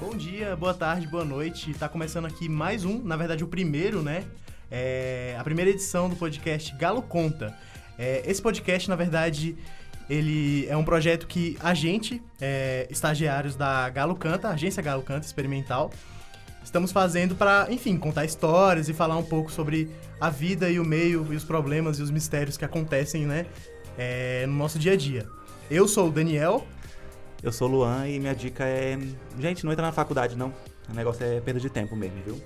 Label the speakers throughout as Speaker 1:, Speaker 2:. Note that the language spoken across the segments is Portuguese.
Speaker 1: Bom dia, boa tarde, boa noite. Tá começando aqui mais um, na verdade o primeiro, né? É, a primeira edição do podcast Galo Conta. É, esse podcast, na verdade, ele é um projeto que a gente, é, estagiários da Galo Canta, agência Galo Canta Experimental, estamos fazendo para, enfim, contar histórias e falar um pouco sobre a vida e o meio e os problemas e os mistérios que acontecem, né, é, no nosso dia a dia. Eu sou o Daniel.
Speaker 2: Eu sou o Luan e minha dica é. Gente, não entra na faculdade, não. O negócio é perda de tempo mesmo, viu?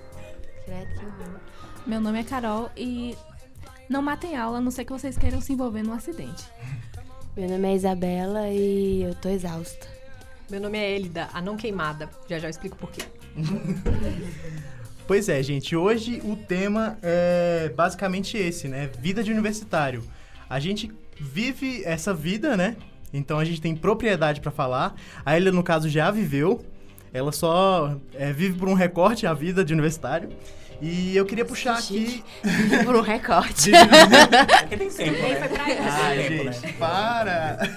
Speaker 3: Credo que
Speaker 4: uhum.
Speaker 3: horror. Meu nome é Carol e não matem aula, a não ser que vocês queiram se envolver num acidente.
Speaker 4: Meu nome é Isabela e eu tô exausta.
Speaker 5: Meu nome é Elida, a não queimada. Já já eu explico por quê.
Speaker 1: Pois é, gente, hoje o tema é basicamente esse, né? Vida de universitário. A gente vive essa vida, né? Então a gente tem propriedade pra falar. A Elia, no caso, já viveu. Ela só é, vive por um recorte a vida de universitário. E eu queria puxar aqui.
Speaker 4: Por um recorte.
Speaker 2: Porque tem tempo, né?
Speaker 1: Ai,
Speaker 2: Tempo, né?
Speaker 1: gente, para!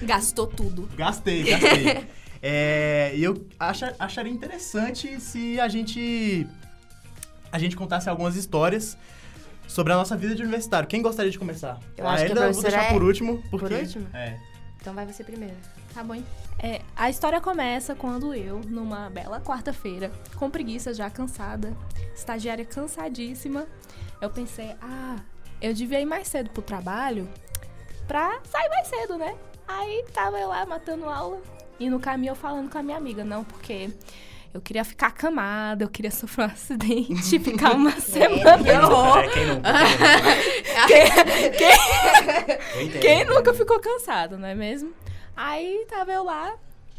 Speaker 3: Gastou tudo.
Speaker 1: Gastei, gastei. É, e eu acha- acharia interessante se a gente a gente contasse algumas histórias sobre a nossa vida de universitário. Quem gostaria de começar?
Speaker 4: Eu acho que
Speaker 1: Elida
Speaker 4: a
Speaker 1: eu vou
Speaker 4: professora
Speaker 1: deixar
Speaker 4: é-
Speaker 1: por último. Porque,
Speaker 4: último?
Speaker 1: É.
Speaker 4: Então vai você primeiro.
Speaker 3: Tá bom, hein? É, a história começa quando eu, numa bela quarta-feira, com preguiça já cansada, estagiária cansadíssima, eu pensei, ah, eu devia ir mais cedo pro trabalho pra sair mais cedo, né? Aí tava eu lá matando aula e no caminho eu falando com a minha amiga, não, porque eu queria ficar acamada, eu queria sofrer um acidente, ficar uma semana.
Speaker 2: É, Quem nunca, né? Quem nunca? Quem, quem,
Speaker 3: Quem nunca ficou cansado, não é mesmo? Aí tava eu lá,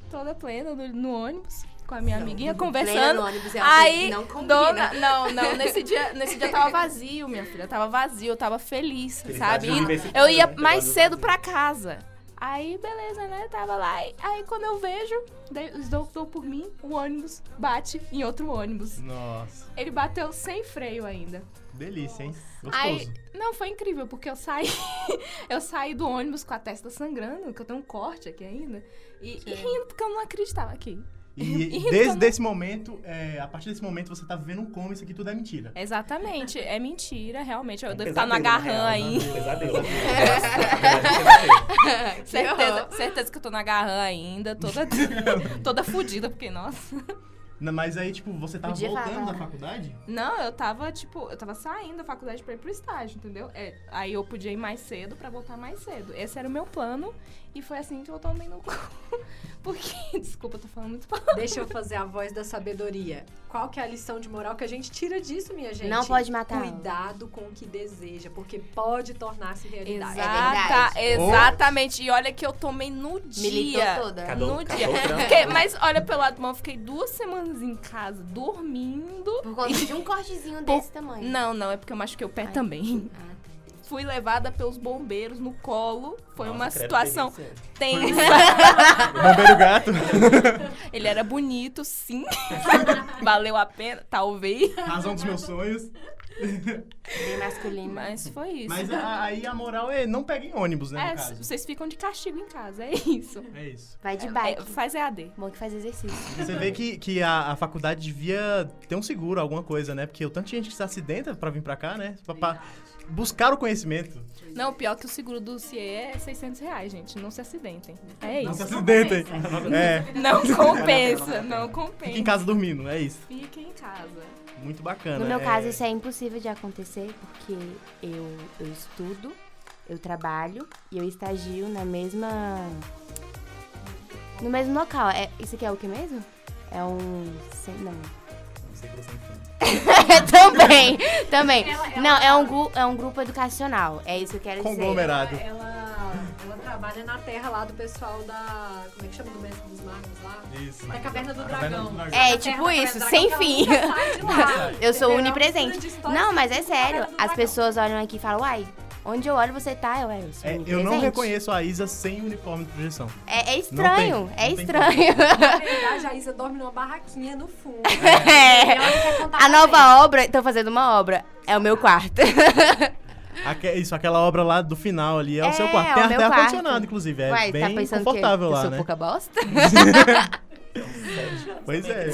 Speaker 3: toda plena, no, no ônibus, com a minha amiguinha,
Speaker 4: Plena
Speaker 3: conversando.
Speaker 4: no ônibus é algo
Speaker 3: Aí,
Speaker 4: que não combina.
Speaker 3: dona, não, não, nesse dia, nesse dia tava vazio, minha filha, tava vazio, eu tava feliz,
Speaker 1: tá
Speaker 2: Felicidade
Speaker 3: sabe? E
Speaker 2: universitária,
Speaker 3: eu ia
Speaker 2: né?
Speaker 3: mais
Speaker 2: Trabalho
Speaker 3: cedo
Speaker 2: vazio.
Speaker 3: pra casa. Aí, beleza, né? Tava lá. e- Aí, quando eu vejo, dei- dou, dou por mim, o ônibus bate em outro ônibus.
Speaker 1: Nossa,
Speaker 3: Ele bateu sem freio ainda.
Speaker 1: delícia, hein? Gostoso.
Speaker 3: Aí, não, foi incrível, porque eu saí, eu saí do ônibus com a testa sangrando, que eu tenho um corte aqui ainda, e,
Speaker 2: é.
Speaker 3: e rindo porque eu não acreditava aqui.
Speaker 1: e
Speaker 3: irritando.
Speaker 1: desde esse momento, é, a partir desse momento, você tá vivendo um como isso aqui tudo é mentira.
Speaker 3: Exatamente, é mentira, realmente. Eu
Speaker 2: É um
Speaker 3: devo
Speaker 4: tá
Speaker 3: estar no
Speaker 2: pesadelo,
Speaker 3: agarrão
Speaker 2: na real,
Speaker 3: ainda.
Speaker 2: né? Um Pesadelo.
Speaker 3: Certeza, certeza que eu tô na agarrão ainda, toda, toda fodida, porque, nossa.
Speaker 1: Não, Mas aí, tipo, você tava
Speaker 4: Podia
Speaker 1: voltando
Speaker 4: falar.
Speaker 1: da faculdade?
Speaker 3: Não, eu tava, tipo, eu tava saindo da faculdade pra ir pro estágio, entendeu? É, aí eu podia ir mais cedo pra voltar mais cedo. Esse era o meu plano, e foi assim que eu tomei no cu. Porque, desculpa, eu tô falando muito palavrão.
Speaker 5: Deixa eu fazer a voz da sabedoria. Qual que é a lição de moral que a gente tira disso, minha gente?
Speaker 4: Não pode matar aula.
Speaker 5: Cuidado com o que deseja, porque pode tornar-se realidade.
Speaker 4: verdade.
Speaker 3: Exata, Ah, tá. exatamente. E olha que eu tomei no dia.
Speaker 4: Militou toda.
Speaker 2: Cada um-
Speaker 3: no
Speaker 2: cada
Speaker 3: dia.
Speaker 2: um trampa.
Speaker 3: Fiquei- mas olha, pelo lado bom, eu fiquei duas semanas em casa dormindo.
Speaker 4: Por conta de um cortezinho
Speaker 3: Por-
Speaker 4: desse tamanho.
Speaker 3: Não, não, é porque eu machuquei o pé
Speaker 4: Ai.
Speaker 3: também.
Speaker 4: Ah, tá.
Speaker 3: Fui levada pelos bombeiros no colo. Foi
Speaker 2: Nossa,
Speaker 3: uma
Speaker 2: credo,
Speaker 3: situação
Speaker 2: delícia.
Speaker 3: tensa.
Speaker 1: Bombeiro gato.
Speaker 3: Ele era bonito, sim. Valeu a pena, talvez.
Speaker 1: Razão dos meus sonhos.
Speaker 4: Bem masculino.
Speaker 3: Mas foi isso.
Speaker 1: Mas a- aí a moral é não peguem ônibus, né?
Speaker 3: É,
Speaker 1: no caso.
Speaker 3: vocês ficam de castigo em casa, é isso.
Speaker 1: É isso.
Speaker 4: Vai de
Speaker 3: É,
Speaker 4: bike.
Speaker 3: faz EAD.
Speaker 4: Bom que faz exercício.
Speaker 1: Você vê que, que a, a faculdade devia ter um seguro, alguma coisa, né? Porque o tanto de gente que se acidenta pra vir pra cá, né? Pra, pra buscar o conhecimento.
Speaker 3: Não, o pior é que o seguro do CIE é 600 reais, gente. Não se acidentem. É
Speaker 1: Não se
Speaker 3: isso.
Speaker 1: acidentem. É,
Speaker 3: Não compensa, não
Speaker 1: fica em
Speaker 3: compensa.
Speaker 1: casa dormindo, é isso.
Speaker 3: Fiquem em casa.
Speaker 1: Muito bacana.
Speaker 4: No meu
Speaker 1: é.
Speaker 4: caso, isso é impossível de acontecer porque eu, eu estudo, eu trabalho e eu estagio na mesma. No mesmo local. É, isso aqui é o que mesmo? É um. sem- Não.
Speaker 2: Um ciclo sem fim.
Speaker 4: também, também. não, é, um gru- é um grupo educacional. É isso que eu quero dizer.
Speaker 1: Conglomerado.
Speaker 5: Ela, ela trabalha na terra lá do pessoal da. Como é que chama do mestre dos magos lá?
Speaker 1: Isso.
Speaker 5: Da caverna do
Speaker 1: A caverna
Speaker 5: É um dragão.
Speaker 1: do dragão.
Speaker 4: É,
Speaker 5: Da
Speaker 4: tipo
Speaker 5: Terra da
Speaker 4: isso,
Speaker 5: Dragão,
Speaker 4: sem
Speaker 5: que ela
Speaker 4: fim.
Speaker 5: nunca sai de lá.
Speaker 4: Eu sou
Speaker 5: Entendeu?
Speaker 4: unipresente.
Speaker 5: Ela precisa de história
Speaker 4: Não, mas é
Speaker 5: sempre com a
Speaker 4: sério.
Speaker 5: Caverna do
Speaker 4: As
Speaker 5: Dragão.
Speaker 4: pessoas olham aqui e falam, uai, onde eu olho você tá? Eu, "Ué, eu sou
Speaker 1: É, eu
Speaker 4: unipresente."
Speaker 1: não reconheço a Isa sem uniforme de projeção.
Speaker 4: É, é estranho,
Speaker 1: tem, não
Speaker 4: é
Speaker 1: tem
Speaker 4: estranho.
Speaker 5: Na verdade, a Isa dorme numa barraquinha no fundo.
Speaker 4: É.
Speaker 5: E ela não quer contar
Speaker 4: A
Speaker 5: pra
Speaker 4: nova obra, tô fazendo uma obra, é o meu quarto.
Speaker 1: Aque- isso, aquela obra lá do final ali é, o
Speaker 4: É,
Speaker 1: seu quarto.
Speaker 4: é
Speaker 1: Tem
Speaker 4: o
Speaker 1: até
Speaker 4: meu
Speaker 1: ar-condicionado, é
Speaker 4: quarto.
Speaker 1: inclusive. É
Speaker 4: Uai, tá
Speaker 1: bem
Speaker 4: pensando que eu
Speaker 1: confortável lá,
Speaker 4: sou
Speaker 1: né?
Speaker 4: pouca bosta?
Speaker 5: sete anos.
Speaker 1: Pois
Speaker 5: também.
Speaker 1: é.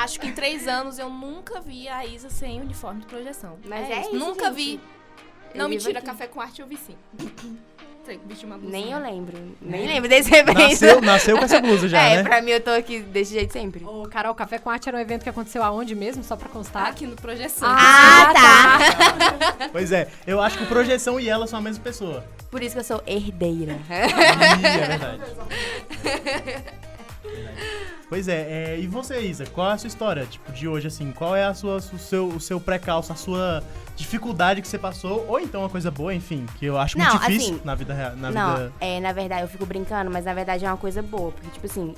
Speaker 3: Acho que em três anos eu nunca vi a Isa sem uniforme de projeção.
Speaker 4: Mas é isso,
Speaker 3: Nunca
Speaker 4: gente.
Speaker 3: vi.
Speaker 4: Eu
Speaker 3: não,
Speaker 4: vivo
Speaker 3: mentira,
Speaker 4: aqui.
Speaker 3: café com arte eu vi sim. Sei, vesti uma blusinha.
Speaker 4: Nem eu lembro. Nem lembro desse referência.
Speaker 1: É. Nasceu, nasceu com essa blusa já,
Speaker 4: é,
Speaker 1: né?
Speaker 4: pra mim eu tô aqui desse jeito sempre.
Speaker 5: Ô, Carol, Café com Arte era um evento que aconteceu aonde mesmo, só pra
Speaker 3: Tá
Speaker 5: constar?
Speaker 3: aqui no projeção.
Speaker 4: Ah, tá.
Speaker 1: Pois é, eu acho que o projeção e ela são a mesma pessoa.
Speaker 4: Por isso que eu sou herdeira.
Speaker 1: Ih, é verdade. Pois é, é, e você, Isa, qual é a sua história, tipo, de hoje, assim? Qual é a sua, o seu, o seu precalço, a sua dificuldade que você passou? Ou então uma coisa boa, enfim, que eu acho muito
Speaker 4: Não,
Speaker 1: difícil
Speaker 4: assim,
Speaker 1: na vida real, na
Speaker 4: Não,
Speaker 1: vida...
Speaker 4: é, na verdade, eu fico brincando, mas na verdade é uma coisa boa. Porque, tipo assim,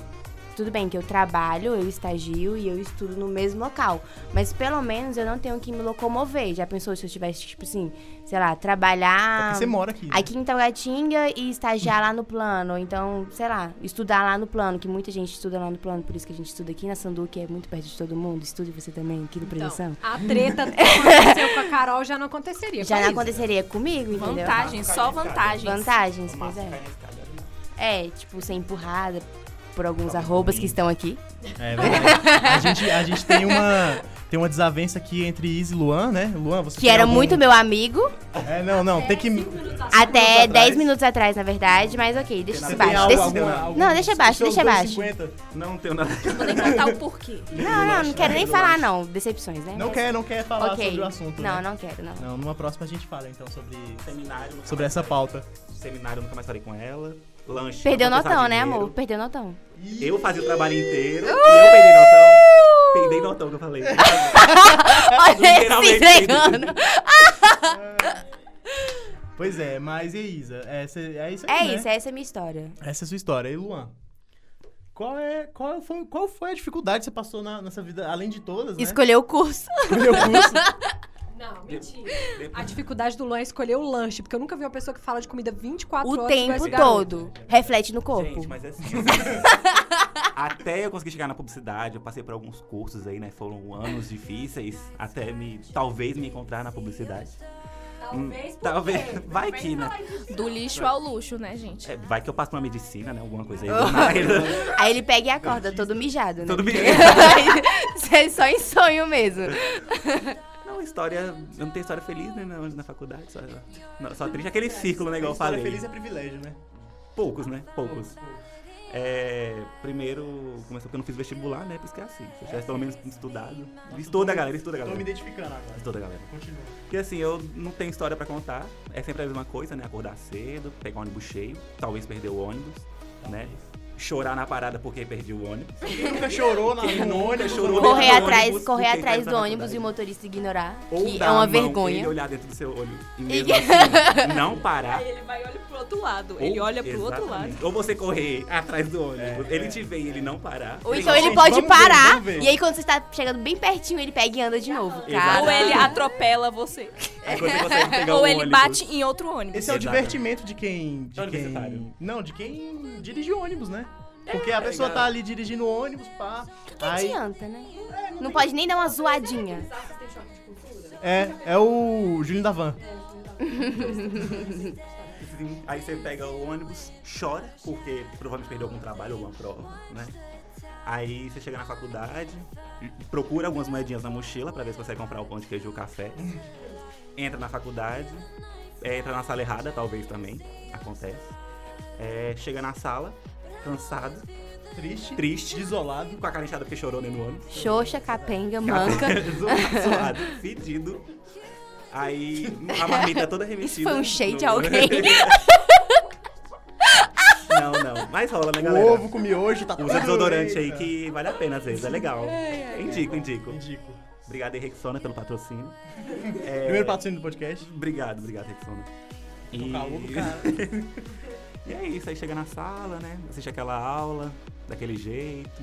Speaker 4: tudo bem que eu trabalho, eu estagio e eu estudo no mesmo local. Mas pelo menos eu não tenho que me locomover. Já pensou se eu tivesse, tipo assim, sei lá,
Speaker 1: É
Speaker 4: trabalhar.
Speaker 1: porque você mora aqui. né?
Speaker 4: Aqui em Taugatinga e estagiar lá no plano. ou Então, sei lá, estudar lá no plano, que muita gente estuda lá no plano, por isso que a gente estuda aqui na Sandu, que é muito perto de todo mundo. Estude você também aqui no Projeção.
Speaker 5: a treta que aconteceu com a Carol já não aconteceria.
Speaker 4: Já
Speaker 5: com a
Speaker 4: não
Speaker 5: Isa.
Speaker 4: aconteceria comigo, entendeu?
Speaker 3: Vantagens, só vantagens.
Speaker 4: Vantagens,
Speaker 2: O
Speaker 4: pois
Speaker 2: Márcio
Speaker 4: é.
Speaker 2: cai na escada.
Speaker 4: É, tipo, ser empurrada por alguns arrobas que estão aqui.
Speaker 1: É verdade. a, gente, a gente tem uma, tem uma desavença aqui entre Isa e Luan, né? Luan, você
Speaker 4: Que
Speaker 1: tem
Speaker 4: era
Speaker 1: algum-
Speaker 4: muito meu amigo,
Speaker 1: É, não, não, tem que...
Speaker 4: até
Speaker 1: atrás.
Speaker 4: 10 minutos atrás, na verdade, mas ok, deixa
Speaker 1: Você
Speaker 4: isso
Speaker 1: tem
Speaker 4: baixo.
Speaker 1: algo-
Speaker 4: deixa-
Speaker 1: alguma-
Speaker 4: Não, deixa baixo,
Speaker 2: Seus
Speaker 4: deixa baixo.
Speaker 2: 2,50. Não tenho nada.
Speaker 3: Vou nem contar o porquê.
Speaker 4: Não, não, não quero nem falar, não. Decepções, né?
Speaker 1: Não
Speaker 4: Mas-
Speaker 1: quer, não quer falar
Speaker 4: Ok.
Speaker 1: sobre o assunto,
Speaker 4: Não,
Speaker 1: né?
Speaker 4: não quero, não.
Speaker 1: Não, numa próxima a gente fala, então, sobre,
Speaker 2: Seminário. nunca
Speaker 1: sobre
Speaker 2: mais
Speaker 1: essa
Speaker 2: falei.
Speaker 1: pauta.
Speaker 2: Seminário, nunca mais falei com ela. Lanche.
Speaker 4: Perdeu
Speaker 2: nunca vou
Speaker 4: notão,
Speaker 2: gastar
Speaker 4: né,
Speaker 2: dinheiro.
Speaker 4: amor? Uh! Perdeu notão.
Speaker 2: Eu fazia o trabalho inteiro. E eu peidei notão. Peidei notão que eu falei.
Speaker 4: Olha ele se
Speaker 2: Literalmente.
Speaker 4: entregando.
Speaker 1: Pois é, mas e aí, Isa? Essa, é isso aí,
Speaker 4: É
Speaker 1: né?
Speaker 4: isso, essa é a minha história.
Speaker 1: Essa é a sua história. E Luan? Qual, é, qual, foi, qual foi a dificuldade que você passou na- nessa vida, além de todas, né?
Speaker 4: Escolheu o curso.
Speaker 1: Escolheu o curso.
Speaker 5: Não, mentira. A dificuldade do Luan é escolher o lanche, porque eu nunca vi uma pessoa que fala de comida 24 horas.
Speaker 4: O
Speaker 5: igual
Speaker 4: tempo
Speaker 5: esse garoto.
Speaker 4: todo. Reflete no corpo.
Speaker 2: Gente, mas é assim. até eu conseguir chegar na publicidade, eu passei por alguns cursos aí, né? Foram anos difíceis até me, talvez me encontrar na publicidade.
Speaker 5: Talvez. por
Speaker 2: Talvez,
Speaker 5: quê?
Speaker 2: vai que, né?
Speaker 3: Do lixo ao luxo, né, gente?
Speaker 2: É, vai que eu passo pra medicina, né? Alguma coisa aí. do nada.
Speaker 4: Aí ele pega e acorda, todo mijado, né?
Speaker 2: Todo bem.
Speaker 4: Isso é só em sonho mesmo.
Speaker 2: Não, história. Eu não tenho história feliz, né? Não, na faculdade. Só, não, só triste aquele ciclo, né? Igual eu
Speaker 1: História
Speaker 2: falei.
Speaker 1: feliz é privilégio, né?
Speaker 2: Poucos, né? Poucos. É, primeiro, começou porque eu não fiz vestibular, né? Por isso que é assim. Se eu tivesse pelo menos estudado. Estuda, galera, estuda,
Speaker 1: Tô Então me
Speaker 2: galera.
Speaker 1: identificando agora.
Speaker 2: Estuda, galera.
Speaker 1: Continua.
Speaker 2: Porque assim, eu não tenho história pra contar. É sempre a mesma coisa, né? Acordar cedo, pegar o ônibus cheio, talvez perder o ônibus, né? Chorar na parada porque perdi o ônibus.
Speaker 4: É
Speaker 1: Quem nunca chorou na
Speaker 2: Quem
Speaker 1: no
Speaker 2: nunca
Speaker 1: ônibus, no
Speaker 2: chorou dentro
Speaker 4: Correr
Speaker 2: do
Speaker 1: ônibus?
Speaker 4: atrás,
Speaker 2: ônibus,
Speaker 4: correr
Speaker 2: porque
Speaker 4: atrás
Speaker 2: tá
Speaker 4: do
Speaker 2: na
Speaker 4: ônibus
Speaker 2: faculdade.
Speaker 4: e o motorista ignorar,
Speaker 2: Ou
Speaker 4: que
Speaker 2: dar
Speaker 4: é
Speaker 2: a
Speaker 4: uma
Speaker 2: mão,
Speaker 4: vergonha.
Speaker 2: Ele olhar dentro do seu olho e
Speaker 4: E-
Speaker 2: mesmo assim, não parar.
Speaker 3: Aí ele vai e olha pro outro lado.
Speaker 2: Ou-
Speaker 1: Oh,
Speaker 2: exatamente. Ou você correr atrás do ônibus, ele te vê e ele não parar.
Speaker 4: Ou
Speaker 2: Tem
Speaker 4: então ele
Speaker 1: Gente,
Speaker 4: pode
Speaker 1: vamos ver,
Speaker 4: parar,
Speaker 1: vamos ver.
Speaker 4: e aí quando você está chegando bem pertinho, ele pega e anda de novo.
Speaker 2: Exato.
Speaker 4: Cara,
Speaker 3: Ou ele atropela você.
Speaker 2: Aí você consegue pegar
Speaker 3: Ou
Speaker 2: o
Speaker 3: ele
Speaker 2: ônibus.
Speaker 3: bate em outro ônibus.
Speaker 1: Esse é o
Speaker 2: Exato.
Speaker 1: divertimento de quem... De quem
Speaker 2: Universitário.
Speaker 1: não, de quem dirige ônibus, né? Porque a pessoa tá ali dirigindo ônibus, pá...
Speaker 4: que
Speaker 1: aí,
Speaker 4: adianta, né? Não pode nem dar uma zoadinha.
Speaker 1: é, é o Julinho da Van.
Speaker 2: Sim, Aí você pega o ônibus, chora, porque provavelmente perdeu algum trabalho, alguma prova, né? Aí você chega na faculdade, procura algumas moedinhas na mochila pra ver se consegue comprar o pão de queijo e o café. Entra na faculdade, é, entra na sala errada, talvez também, acontece. É, chega na sala, cansado,
Speaker 1: Triste.
Speaker 2: Triste.
Speaker 1: Desolado.
Speaker 2: com a cara inchada porque chorou né, no ônibus.
Speaker 4: Xoxa, capenga, manca.
Speaker 2: Zoado, zoado, fedido. Aí a marmita toda remetida.
Speaker 4: Isso foi um shade
Speaker 2: no-
Speaker 4: a alguém.
Speaker 2: não, não. Mas rola, né,
Speaker 1: O
Speaker 2: galera?
Speaker 1: ovo com miojo, tá tudo
Speaker 2: Usa desodorante aí
Speaker 1: eita.
Speaker 2: que vale a pena às vezes, é legal. Indico, indico.
Speaker 1: Indico.
Speaker 2: Obrigado aí, Rexona, pelo patrocínio. É,
Speaker 1: Primeiro patrocínio do podcast.
Speaker 2: Obrigado, obrigado, Rexona.
Speaker 1: O
Speaker 2: E...
Speaker 1: calor do cara.
Speaker 2: e é isso, aí chega na sala, né? Assiste aquela aula, daquele jeito.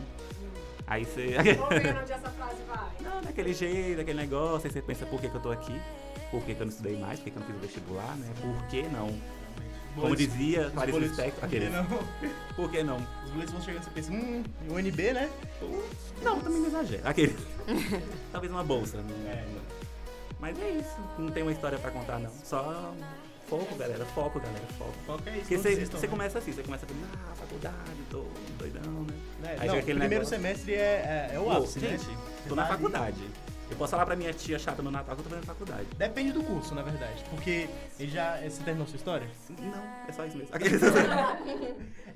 Speaker 2: Aí você.
Speaker 5: Vamos ver onde essa frase vai.
Speaker 2: Não, daquele jeito, daquele negócio. Aí você pensa, por que, que eu tô aqui? Por que, que eu não estudei mais? Por que, que eu não fiz vestibular, né? Por que não? Como
Speaker 1: Boletos-
Speaker 2: dizia
Speaker 1: os
Speaker 2: Clarice
Speaker 1: boletos-
Speaker 2: Lispector,
Speaker 1: Por que
Speaker 2: aquele,
Speaker 1: né, não?
Speaker 2: por que não?
Speaker 1: Os boletos vão chegando, você pensa, hum, e o NB, né?
Speaker 2: Não, também não exagero. Aquele.
Speaker 1: É.
Speaker 2: é Talvez uma bolsa. né? Mas é isso. Não tem uma história pra contar, não. Só Foco, galera, foco, galera, foco.
Speaker 1: Qualquer isso,
Speaker 2: Porque
Speaker 1: não
Speaker 2: você,
Speaker 1: desistam,
Speaker 2: você
Speaker 1: né?
Speaker 2: começa assim, você começa a ah, faculdade, tô doidão, né?
Speaker 1: Né?
Speaker 2: Aí
Speaker 1: Não,
Speaker 2: chega
Speaker 1: o
Speaker 2: aquele
Speaker 1: primeiro
Speaker 2: negócio.
Speaker 1: semestre é, é, é o
Speaker 2: Pô,
Speaker 1: ápice, né?
Speaker 2: gente,
Speaker 1: Você
Speaker 2: tô na
Speaker 1: tá ali.
Speaker 2: faculdade. Eu posso falar pra minha tia chata no Natal que eu tô fazendo faculdade.
Speaker 1: Depende do curso, na verdade. Porque ele já. Você terminou sua história?
Speaker 2: Não, é só isso mesmo.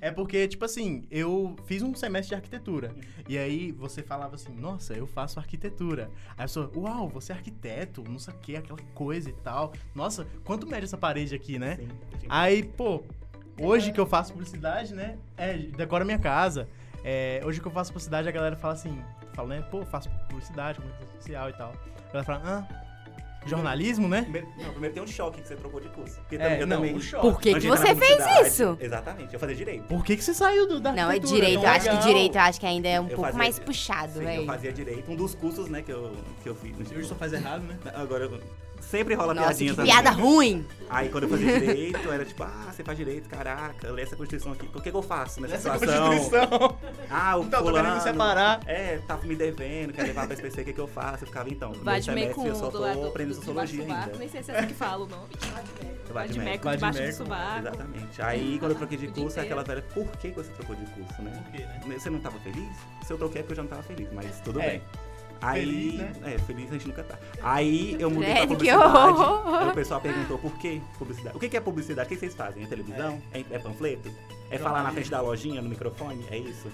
Speaker 1: É porque, tipo assim, eu fiz um semestre de arquitetura. E aí você falava assim, nossa, eu faço arquitetura. Aí eu sou, uau, você é arquiteto, não sei o que, aquela coisa e tal. Nossa, quanto mede essa parede aqui, né?
Speaker 2: Sim, sim.
Speaker 1: Aí, pô, hoje que eu faço publicidade, né? É, decora minha casa. É, hoje que eu faço publicidade, a galera fala assim, fala, né? Pô, faço publicidade, comunicação social e tal. Ela fala, ah, jornalismo, né?
Speaker 2: Primeiro, não, primeiro tem um choque que você trocou de curso. Porque
Speaker 1: É,
Speaker 2: tam- eu
Speaker 1: não,
Speaker 2: também.
Speaker 1: um choque.
Speaker 4: Por que,
Speaker 2: antes
Speaker 4: que
Speaker 2: de entrar
Speaker 4: você
Speaker 2: na
Speaker 4: fez
Speaker 2: faculdade-
Speaker 4: isso?
Speaker 2: Exatamente, eu fazia direito.
Speaker 1: Por que, que você saiu do, da
Speaker 4: Não, é
Speaker 1: arquitetura?
Speaker 4: direito. Eu
Speaker 1: Tão
Speaker 4: acho que
Speaker 1: legal.
Speaker 4: direito, eu acho que ainda é um
Speaker 2: Eu
Speaker 4: pouco
Speaker 2: fazia-
Speaker 4: mais puxado,
Speaker 2: Sim, eu
Speaker 4: velho.
Speaker 2: fazia direito. Um dos cursos, né, que eu, que eu fiz.
Speaker 1: Hoje só faz errado, né?
Speaker 2: Agora eu- sempre rola
Speaker 4: Nossa,
Speaker 2: piadinha
Speaker 4: que
Speaker 2: também.
Speaker 4: piada ruim!
Speaker 2: Aí quando eu fazia direito, era tipo, ah, você faz direito, caraca, lê essa Constituição aqui. O que, que eu faço nessa
Speaker 1: Essa
Speaker 2: situação?
Speaker 1: Constituição.
Speaker 2: Ah, o
Speaker 1: Então, tô querendo
Speaker 2: fulano,
Speaker 1: me separar.
Speaker 2: É, tá me devendo, quer levar pra SPC, o que, que eu faço? Eu ficava, então, primeiro
Speaker 3: Vai de meio
Speaker 2: semestre
Speaker 3: com
Speaker 2: eu
Speaker 3: um
Speaker 2: só
Speaker 3: do lado
Speaker 2: tô
Speaker 3: do,
Speaker 2: aprendendo
Speaker 3: do debaixo
Speaker 2: sociologia
Speaker 3: do
Speaker 2: ainda.
Speaker 3: sovaco. Nem sei se é assim que falo, não. Vai de um, meco
Speaker 1: Vai de
Speaker 3: debaixo do
Speaker 1: meco,
Speaker 3: sovaco.
Speaker 2: Exatamente. Aí quando eu troquei de
Speaker 3: O dia
Speaker 2: curso, é
Speaker 3: inteiro.
Speaker 2: aquela velha, por que que você trocou de curso, né?
Speaker 1: Por quê, né?
Speaker 2: Você não tava feliz? Se eu troquei é porque eu já não tava feliz, mas tudo
Speaker 1: É.
Speaker 2: bem. Aí,
Speaker 1: Feliz, né?
Speaker 2: é, feliz a gente nunca tá. Aí eu mudei pra
Speaker 4: Velho, que
Speaker 2: publicidade.
Speaker 4: horror!
Speaker 2: aí o pessoal perguntou por que publicidade. O que que é publicidade? O que vocês fazem? É televisão? É, é panfleto? É falar na frente da lojinha, no microfone? É isso?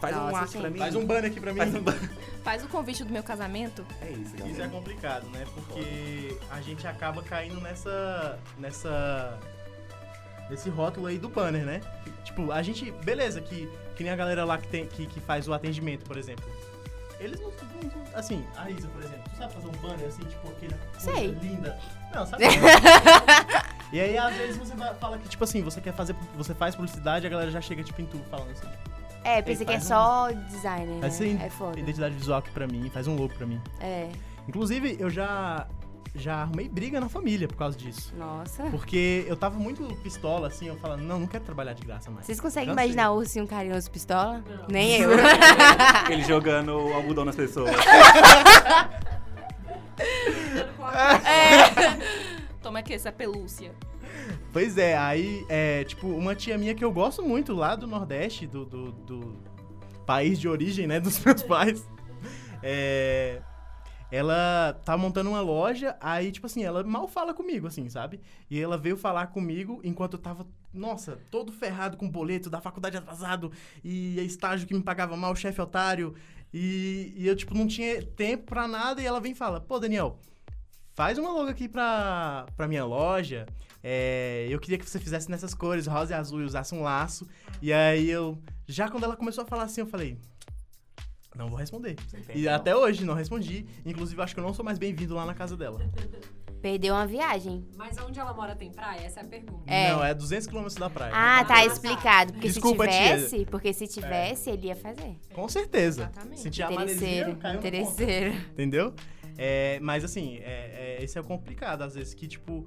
Speaker 2: Faz um
Speaker 4: Nossa,
Speaker 2: arte pra
Speaker 4: gente.
Speaker 2: mim.
Speaker 1: Faz um banner aqui pra mim.
Speaker 2: Faz um ban-
Speaker 3: Faz o convite do meu casamento.
Speaker 2: É isso,
Speaker 1: Isso é
Speaker 2: galera.
Speaker 1: complicado, né? Porque a gente acaba caindo nessa. nessa. nesse rótulo aí do banner, né? Tipo, a gente. Beleza, que, que nem a galera lá que, tem, que, que faz o atendimento, por exemplo. Eles não, não- não- Assim, a Isa, por exemplo, tu sabe fazer um banner assim, tipo, aquele. coisa
Speaker 4: Sei.
Speaker 1: Linda. Não, sabe? não. e aí, às vezes, você vai- fala que, tipo assim, você quer fazer. Você faz publicidade e a galera já chega, tipo, em tudo falando assim. tipo,
Speaker 4: É, pensei que é
Speaker 1: faz um-
Speaker 4: só designer. Né?
Speaker 1: Faz sim.
Speaker 4: É foda.
Speaker 1: Identidade visual aqui pra mim, faz um logo pra mim.
Speaker 4: É.
Speaker 1: Inclusive, eu já já arrumei briga na família por causa disso.
Speaker 4: Nossa.
Speaker 1: Porque eu tava muito pistola, assim, eu falando, não, não quero trabalhar de graça mais.
Speaker 4: Vocês conseguem
Speaker 1: Cansei.
Speaker 4: imaginar o ursinho carinhoso pistola? Nem eu.
Speaker 2: Ele jogando algodão nas pessoas. É.
Speaker 3: Toma aqui essa pelúcia.
Speaker 1: Pois é, aí, é, tipo, uma tia minha que eu gosto muito lá do Nordeste, do, do, do país de origem, né, dos meus pais, é, ela tá montando uma loja, aí, tipo assim, ela mal fala comigo, assim, sabe? E ela veio falar comigo enquanto eu tava, nossa, todo ferrado com boleto da faculdade atrasado, e estágio que me pagava mal, chefe otário, e, e eu, tipo, não tinha tempo pra nada, e ela vem e fala, pô, Daniel, faz uma logo aqui pra, pra minha loja, é, eu queria que você fizesse nessas cores, rosa e azul, e usasse um laço. E aí eu. Já quando ela começou a falar assim, eu falei. Não vou responder. E até hoje não respondi. Inclusive, acho que eu não sou mais bem-vindo lá na casa dela.
Speaker 4: Perdeu uma viagem.
Speaker 5: Mas onde ela mora tem praia? Essa é a pergunta.
Speaker 4: É.
Speaker 1: Não, é 200 km da praia.
Speaker 4: Ah, tá
Speaker 5: tá.
Speaker 4: explicado. Porque
Speaker 1: Desculpa,
Speaker 4: se
Speaker 1: tia. É.
Speaker 4: tivesse, porque se tivesse, ele ia fazer.
Speaker 1: Com certeza.
Speaker 3: Exatamente.
Speaker 1: Senti a
Speaker 4: Interesseiro,
Speaker 1: maresia, Tá caiu na conta.
Speaker 4: interesseiro.
Speaker 1: Entendeu? É, mas assim, é, é, esse é o complicado, às vezes, que tipo,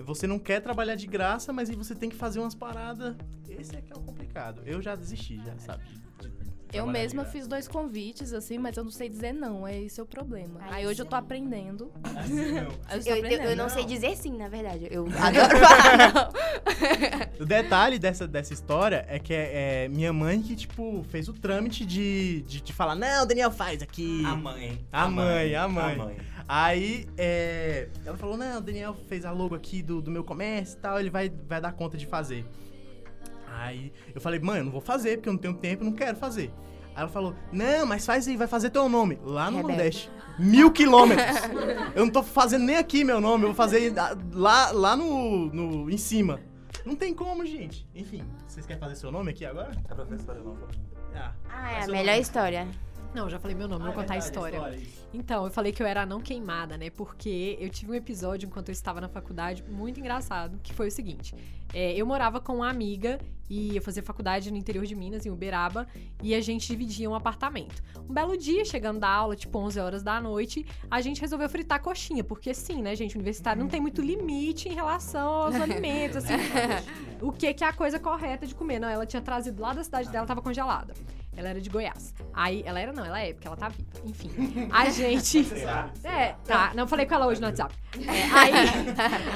Speaker 1: você não quer trabalhar de graça, mas aí você tem que fazer umas paradas. Esse é que é o complicado. Eu já desisti, já, sabe? de- de
Speaker 3: Eu
Speaker 1: trabalhar de
Speaker 3: mesma
Speaker 1: graça.
Speaker 3: fiz dois convites, assim, mas eu não sei dizer não. É esse é o problema.
Speaker 4: Ai,
Speaker 3: Aí hoje eu tô
Speaker 4: sim.
Speaker 3: aprendendo.
Speaker 1: Assim, não.
Speaker 3: Eu, estou
Speaker 4: Eu, eu- eu
Speaker 3: aprendendo.
Speaker 4: não sei dizer sim, na verdade. Eu adoro falar. não.
Speaker 1: O detalhe dessa, dessa história é que é, é minha mãe que, tipo, fez o trâmite de, de, de falar, não, Daniel, faz aqui.
Speaker 2: A mãe.
Speaker 1: A mãe, a mãe. Aí, é, ela falou, não, o Daniel fez a logo aqui do, do meu comércio e tal, ele vai, vai dar conta de fazer. Aí, eu falei, mãe, eu não vou fazer, porque eu não tenho tempo, eu não quero fazer. Aí ela falou, não, mas faz aí, vai fazer teu nome. Lá no
Speaker 4: Rebelde.
Speaker 1: Nordeste. Mil quilômetros. eu não tô fazendo nem aqui meu nome, eu vou fazer ah, lá, lá no, no, em cima. Não tem como, gente. Enfim, vocês querem fazer seu nome aqui agora?
Speaker 2: A professora não falou.
Speaker 1: Ah,
Speaker 4: Ah, é a
Speaker 1: Mas eu
Speaker 4: melhor
Speaker 1: não-
Speaker 4: história.
Speaker 5: Não, eu já falei meu nome, vou contar Ah, é a história. Então, eu falei que eu era não queimada, né? Porque eu tive um episódio enquanto eu estava na faculdade muito engraçado, que foi o seguinte. É, eu morava com uma amiga e eu fazia faculdade no interior de Minas, em Uberaba, e a gente dividia um apartamento. Um belo dia, chegando da aula, tipo 11 horas da noite, a gente resolveu fritar coxinha, porque assim, né, gente, universitário não tem muito limite em relação aos alimentos, assim. o que que é a coisa correta de comer? Não, ela tinha trazido lá da cidade dela, tava congelada. Ela era de Goiás. Aí, ela era não, ela é, porque ela tá viva. Enfim, a gente... É, tá. Não falei com ela hoje no WhatsApp. É, aí,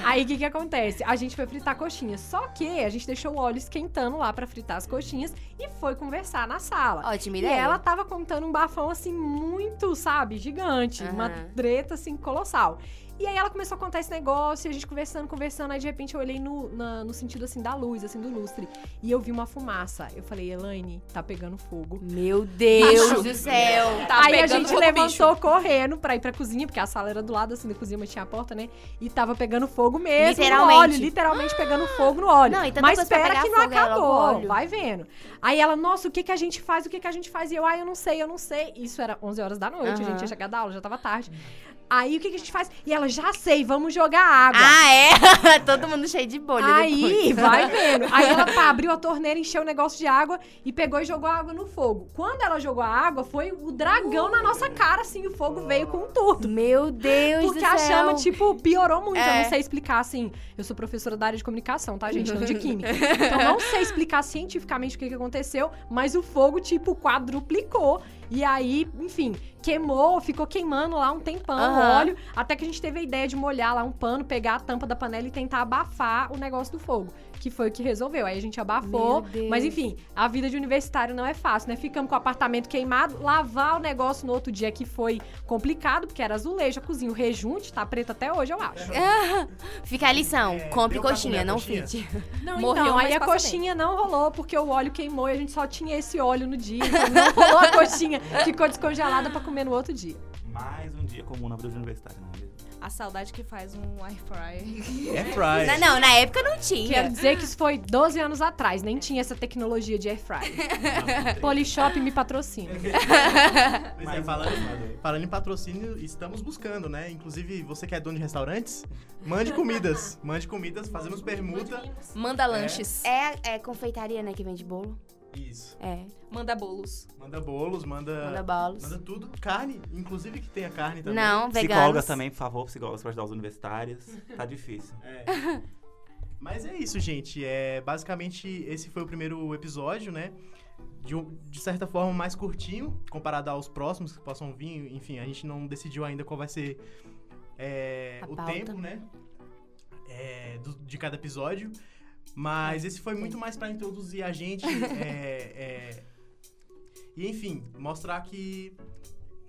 Speaker 5: aí o que que acontece? A gente foi fritar coxinha. Só que a gente deixou o óleo esquentando lá pra fritar as coxinhas e foi conversar na
Speaker 1: Ah.
Speaker 5: sala.
Speaker 4: Ótima
Speaker 5: E
Speaker 4: ideia.
Speaker 5: ela tava contando um bafão assim muito, sabe, gigante, uma
Speaker 4: Aham.
Speaker 5: treta assim colossal. E aí ela começou a contar esse negócio, e a gente conversando, conversando, aí de repente eu olhei no, na- no sentido assim da luz, assim do lustre, e eu vi uma fumaça. Eu falei, Elaine, tá pegando fogo.
Speaker 4: Meu Deus
Speaker 6: Bicho.
Speaker 4: do céu.
Speaker 6: Tá
Speaker 5: aí a
Speaker 6: pegando
Speaker 5: gente
Speaker 6: fogo,
Speaker 5: levantou correndo pra ir pra cozinha, porque a sala era do lado assim da cozinha, mas tinha a porta, né? E tava pegando fogo mesmo
Speaker 4: Literalmente.
Speaker 5: no óleo, literalmente pegando fogo no óleo.
Speaker 4: Não, e tanta
Speaker 5: mas
Speaker 4: coisa pra
Speaker 5: espera
Speaker 4: pegar
Speaker 5: que não
Speaker 4: fogo, é logo
Speaker 5: acabou,
Speaker 4: óleo.
Speaker 5: vai vendo. Aí ela, nossa, o que que a gente faz? O que que a gente faz? E eu, ah, eu não sei, eu não sei. Isso era 11 horas da noite, a
Speaker 4: Aham.
Speaker 5: gente ia chegar da aula, já tava tarde. Aí o que que a gente faz? E ela, já sei, vamos jogar água.
Speaker 4: Ah, é? Todo mundo cheio de bolha.
Speaker 5: Aí,
Speaker 4: depois.
Speaker 5: vai vendo. Aí ela pá, abriu a torneira, encheu o negócio de água e pegou e jogou a água no fogo. Quando ela jogou a água, foi o dragão na nossa cara, assim, o fogo veio com tudo.
Speaker 4: Meu Deus
Speaker 5: Porque
Speaker 4: do céu.
Speaker 5: a chama, tipo, piorou muito.
Speaker 4: É.
Speaker 5: Eu não sei explicar, assim. Eu sou professora da área de comunicação, tá, gente? Não de química. Então, eu não sei explicar cientificamente o que, que aconteceu, mas o fogo, tipo, quadruplicou. E aí, enfim, queimou, ficou queimando lá um tempão
Speaker 4: Aham.
Speaker 5: o óleo. Até que a gente teve a ideia de molhar lá um pano, pegar a tampa da panela e tentar abafar o negócio do fogo. Que foi o que resolveu. Aí a gente abafou.
Speaker 4: Meu Deus.
Speaker 5: Mas enfim, a vida de universitário não é fácil, né? Ficamos com o apartamento queimado, lavar o negócio no outro dia que foi complicado, porque era azulejo, a cozinha, o rejunte, tá preto até hoje, eu acho.
Speaker 6: É.
Speaker 4: Fica a lição.
Speaker 1: É,
Speaker 4: Compre
Speaker 1: deu pra
Speaker 4: coxinha,
Speaker 1: comer a
Speaker 4: não
Speaker 1: coxinha?
Speaker 4: fit.
Speaker 5: Não,
Speaker 6: Morreu,
Speaker 5: então, aí
Speaker 6: mas
Speaker 5: a
Speaker 6: passa
Speaker 5: coxinha não rolou, porque o óleo queimou e a gente só tinha esse óleo no dia. Então não rolou a coxinha, ficou descongelada pra comer no outro dia.
Speaker 2: Mais um dia comum na vida universitária, não é mesmo?
Speaker 6: A saudade que faz um air fryer.
Speaker 1: É fry.
Speaker 4: Na- Não, na época não tinha.
Speaker 6: é.
Speaker 5: Quero dizer que isso foi 12 anos atrás, nem tinha essa tecnologia de air fryer. Polishop me patrocina.
Speaker 1: Pois é, falando, falando em patrocínio, estamos buscando, né? Inclusive, você que é dono de restaurantes, mande comidas. Mande comidas, fazemos permuta.
Speaker 6: Manda lanches.
Speaker 4: É, é confeitaria, né, que vende bolo.
Speaker 1: Isso.
Speaker 4: É,
Speaker 6: Manda bolos.
Speaker 1: Manda bolos, manda.
Speaker 4: manda bolos.
Speaker 1: Ah. manda tudo. Carne, inclusive que tenha carne também.
Speaker 4: Não, veganos.
Speaker 2: Psicólogas também, por favor, psicólogas pra ajudar os universitários. Tá difícil.
Speaker 1: É. Mas é isso, gente. É, basicamente, esse foi o primeiro episódio, né? De, um- de certa forma, mais curtinho, comparado aos próximos que possam vir. Enfim, a gente não decidiu ainda qual vai ser é,
Speaker 4: A
Speaker 1: o
Speaker 4: pauta.
Speaker 1: tempo, né? É, do- de cada episódio.
Speaker 4: É.
Speaker 1: Mas esse foi muito mais pra introduzir a gente. é, é, e, enfim, mostrar que.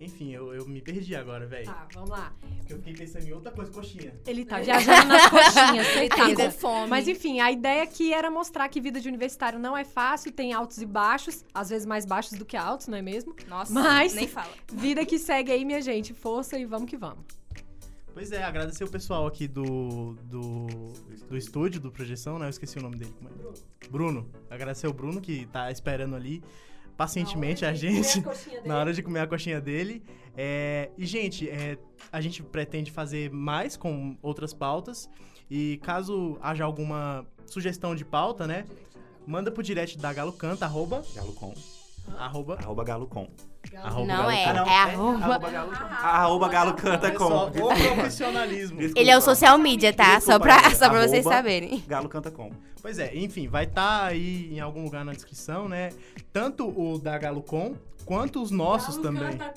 Speaker 1: Enfim, eu, eu me perdi agora, velho.
Speaker 5: Tá, vamos lá.
Speaker 1: Eu fiquei pensando em outra coisa, coxinha.
Speaker 5: Ele tá viajando nas coxinhas,
Speaker 6: Ele tá com
Speaker 5: certeza.
Speaker 6: fome.
Speaker 5: Mas enfim, a ideia aqui era mostrar que vida de universitário não é fácil, tem altos e baixos, às vezes mais baixos do que altos, não é mesmo?
Speaker 6: Nossa,
Speaker 5: Mas-
Speaker 6: nem fala.
Speaker 5: Vida que segue aí, minha gente. Força e vamos que vamos.
Speaker 1: Pois é, agradecer o pessoal aqui do, do, do estúdio, do Projeção, né? Eu esqueci o nome dele. como é? Bruno. Agradecer o Bruno que tá esperando ali pacientemente a gente na hora de comer a coxinha dele. É, e, gente, é, a gente pretende fazer mais com outras pautas. E caso haja alguma sugestão de pauta, né? Manda pro direct da Galo Canta, arroba,
Speaker 2: Galo com.
Speaker 1: arroba,
Speaker 2: Arroba galo com.
Speaker 1: arroba
Speaker 4: Não
Speaker 1: Galo
Speaker 4: é,
Speaker 1: Canta.
Speaker 4: é arroba.
Speaker 1: Galo Canta.
Speaker 2: Arroba galo canta
Speaker 1: Pessoal,
Speaker 2: com.
Speaker 1: o profissionalismo.
Speaker 2: Desculpa.
Speaker 4: Ele é o social media, tá? só
Speaker 2: Desculpa,
Speaker 4: pra,
Speaker 2: é,
Speaker 4: só pra vocês
Speaker 2: arroba-
Speaker 4: saberem.
Speaker 2: Galo canta com.
Speaker 1: Pois é, enfim, vai estar aí em algum lugar na descrição, né? Tanto o da Galucom quanto os nossos também.
Speaker 3: tá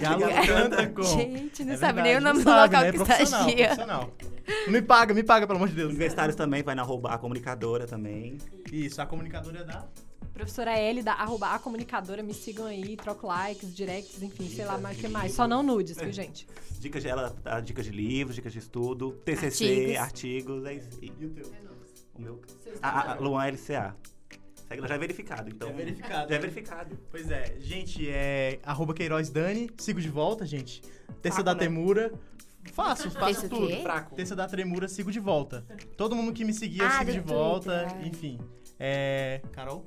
Speaker 1: Galo canta com.
Speaker 4: Gente, não
Speaker 1: É verdade,
Speaker 4: sabe nem o
Speaker 1: não
Speaker 4: nome do
Speaker 1: sabe,
Speaker 4: local
Speaker 1: né?
Speaker 4: que
Speaker 1: Profissional,
Speaker 4: estagia.
Speaker 1: profissional. Me paga, me paga, pelo amor de Deus.
Speaker 2: Universitários também, vai na arroba a comunicadora também.
Speaker 4: é.
Speaker 1: Isso, a comunicadora é da.
Speaker 5: Professora L da arroba a comunicadora, me sigam aí, troco likes, directs, enfim, sei lá mais o que mais. Só não nudes,
Speaker 1: É.
Speaker 5: viu, gente?
Speaker 2: Dicas de ela, tá? dicas de livros, dicas de estudo, TCC, artigos, é isso. E
Speaker 1: E o teu?
Speaker 2: o meu. Ah, ah, Luan LCA. Segue lá, já é verificado, então.
Speaker 1: É verificado.
Speaker 2: Já é verificado.
Speaker 1: Pois é, gente, é. Arroba Queiroz Dani, sigo de volta, gente. Terça
Speaker 2: Fraco,
Speaker 1: da
Speaker 2: né?
Speaker 1: Temura. Faço, faço
Speaker 4: Terça o
Speaker 1: tudo.
Speaker 4: quê?
Speaker 2: Fraco.
Speaker 1: Terça da Tremura, sigo de volta. Todo mundo que me seguia,
Speaker 4: Ah,
Speaker 1: sigo
Speaker 4: do
Speaker 1: de
Speaker 4: Twitter,
Speaker 1: volta.
Speaker 4: ah.
Speaker 1: Enfim. É. Carol?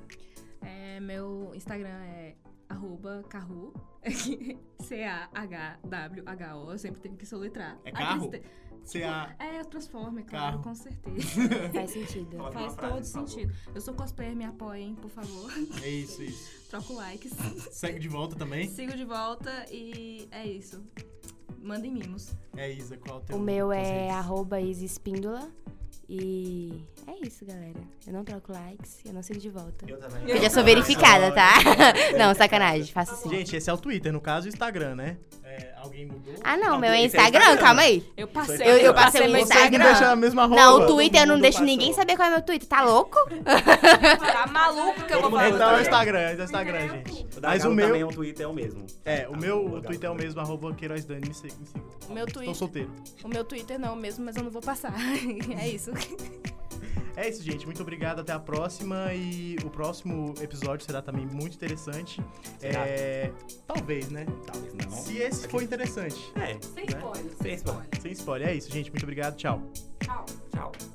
Speaker 6: É, meu Instagram é arroba carro. C-A-H-W-H-O. Eu sempre tenho que soletrar.
Speaker 1: É
Speaker 6: A
Speaker 1: carro?
Speaker 6: triste-
Speaker 1: C-A.
Speaker 6: É, transforma, é claro,
Speaker 1: Carro.
Speaker 6: com certeza.
Speaker 4: Faz sentido.
Speaker 2: Coloca uma
Speaker 6: Faz
Speaker 2: frase,
Speaker 6: todo
Speaker 2: por favor.
Speaker 6: sentido. Eu sou cosplayer, me apoiem, por favor.
Speaker 1: É isso, isso.
Speaker 6: Troco likes.
Speaker 1: Segue de volta também.
Speaker 6: Sigo de volta e é isso. Mandem mimos.
Speaker 1: É Isa, qual o teu?
Speaker 4: O meu
Speaker 1: tuas
Speaker 4: é
Speaker 1: redes?
Speaker 4: arroba Isa Espíndola. E é isso, galera. Eu não troco likes, eu não sigo de volta.
Speaker 2: Eu também.
Speaker 4: Eu já sou verificada, tá? Não, sacanagem, assim. faço sim.
Speaker 1: Gente, esse é o Twitter, no caso, o Instagram, né? É, alguém mudou?
Speaker 4: Ah, não,
Speaker 2: Não,
Speaker 4: meu é
Speaker 2: esse é o
Speaker 4: Instagram,
Speaker 2: Instagram.
Speaker 4: calma aí.
Speaker 5: Eu passei,
Speaker 4: Eu, eu passei meu
Speaker 1: Vocês não
Speaker 4: Instagram.
Speaker 1: deixam a mesma roupa.
Speaker 4: Não, o Twitter eu não
Speaker 2: mundo
Speaker 4: deixo
Speaker 2: passou.
Speaker 4: ninguém saber qual é meu Twitter, tá louco?
Speaker 7: Tá maluco que eu vou
Speaker 2: Todo mundo
Speaker 7: falar.
Speaker 1: Então é o Instagram, é o Instagram, gente.
Speaker 2: O da
Speaker 1: Mas o
Speaker 2: Galo também,
Speaker 1: meu.
Speaker 2: o Twitter é o mesmo.
Speaker 1: É, o meu
Speaker 2: Ah,
Speaker 1: Twitter é o mesmo, arroba Queiroz Dani, me siga. Me siga.
Speaker 6: O meu
Speaker 1: Estou
Speaker 6: Twitter.
Speaker 1: solteiro.
Speaker 6: O meu Twitter não mesmo, mas eu não vou passar. é isso.
Speaker 1: É isso, gente. Muito obrigado. Até a próxima. E o próximo episódio será também muito interessante.
Speaker 2: Será?
Speaker 1: É, Talvez, né?
Speaker 2: Talvez não.
Speaker 1: Se esse for interessante.
Speaker 2: É. Sem spoiler. Sem spoiler.
Speaker 1: Sem spoiler. É isso, gente. Muito obrigado. Tchau.
Speaker 2: Tchau.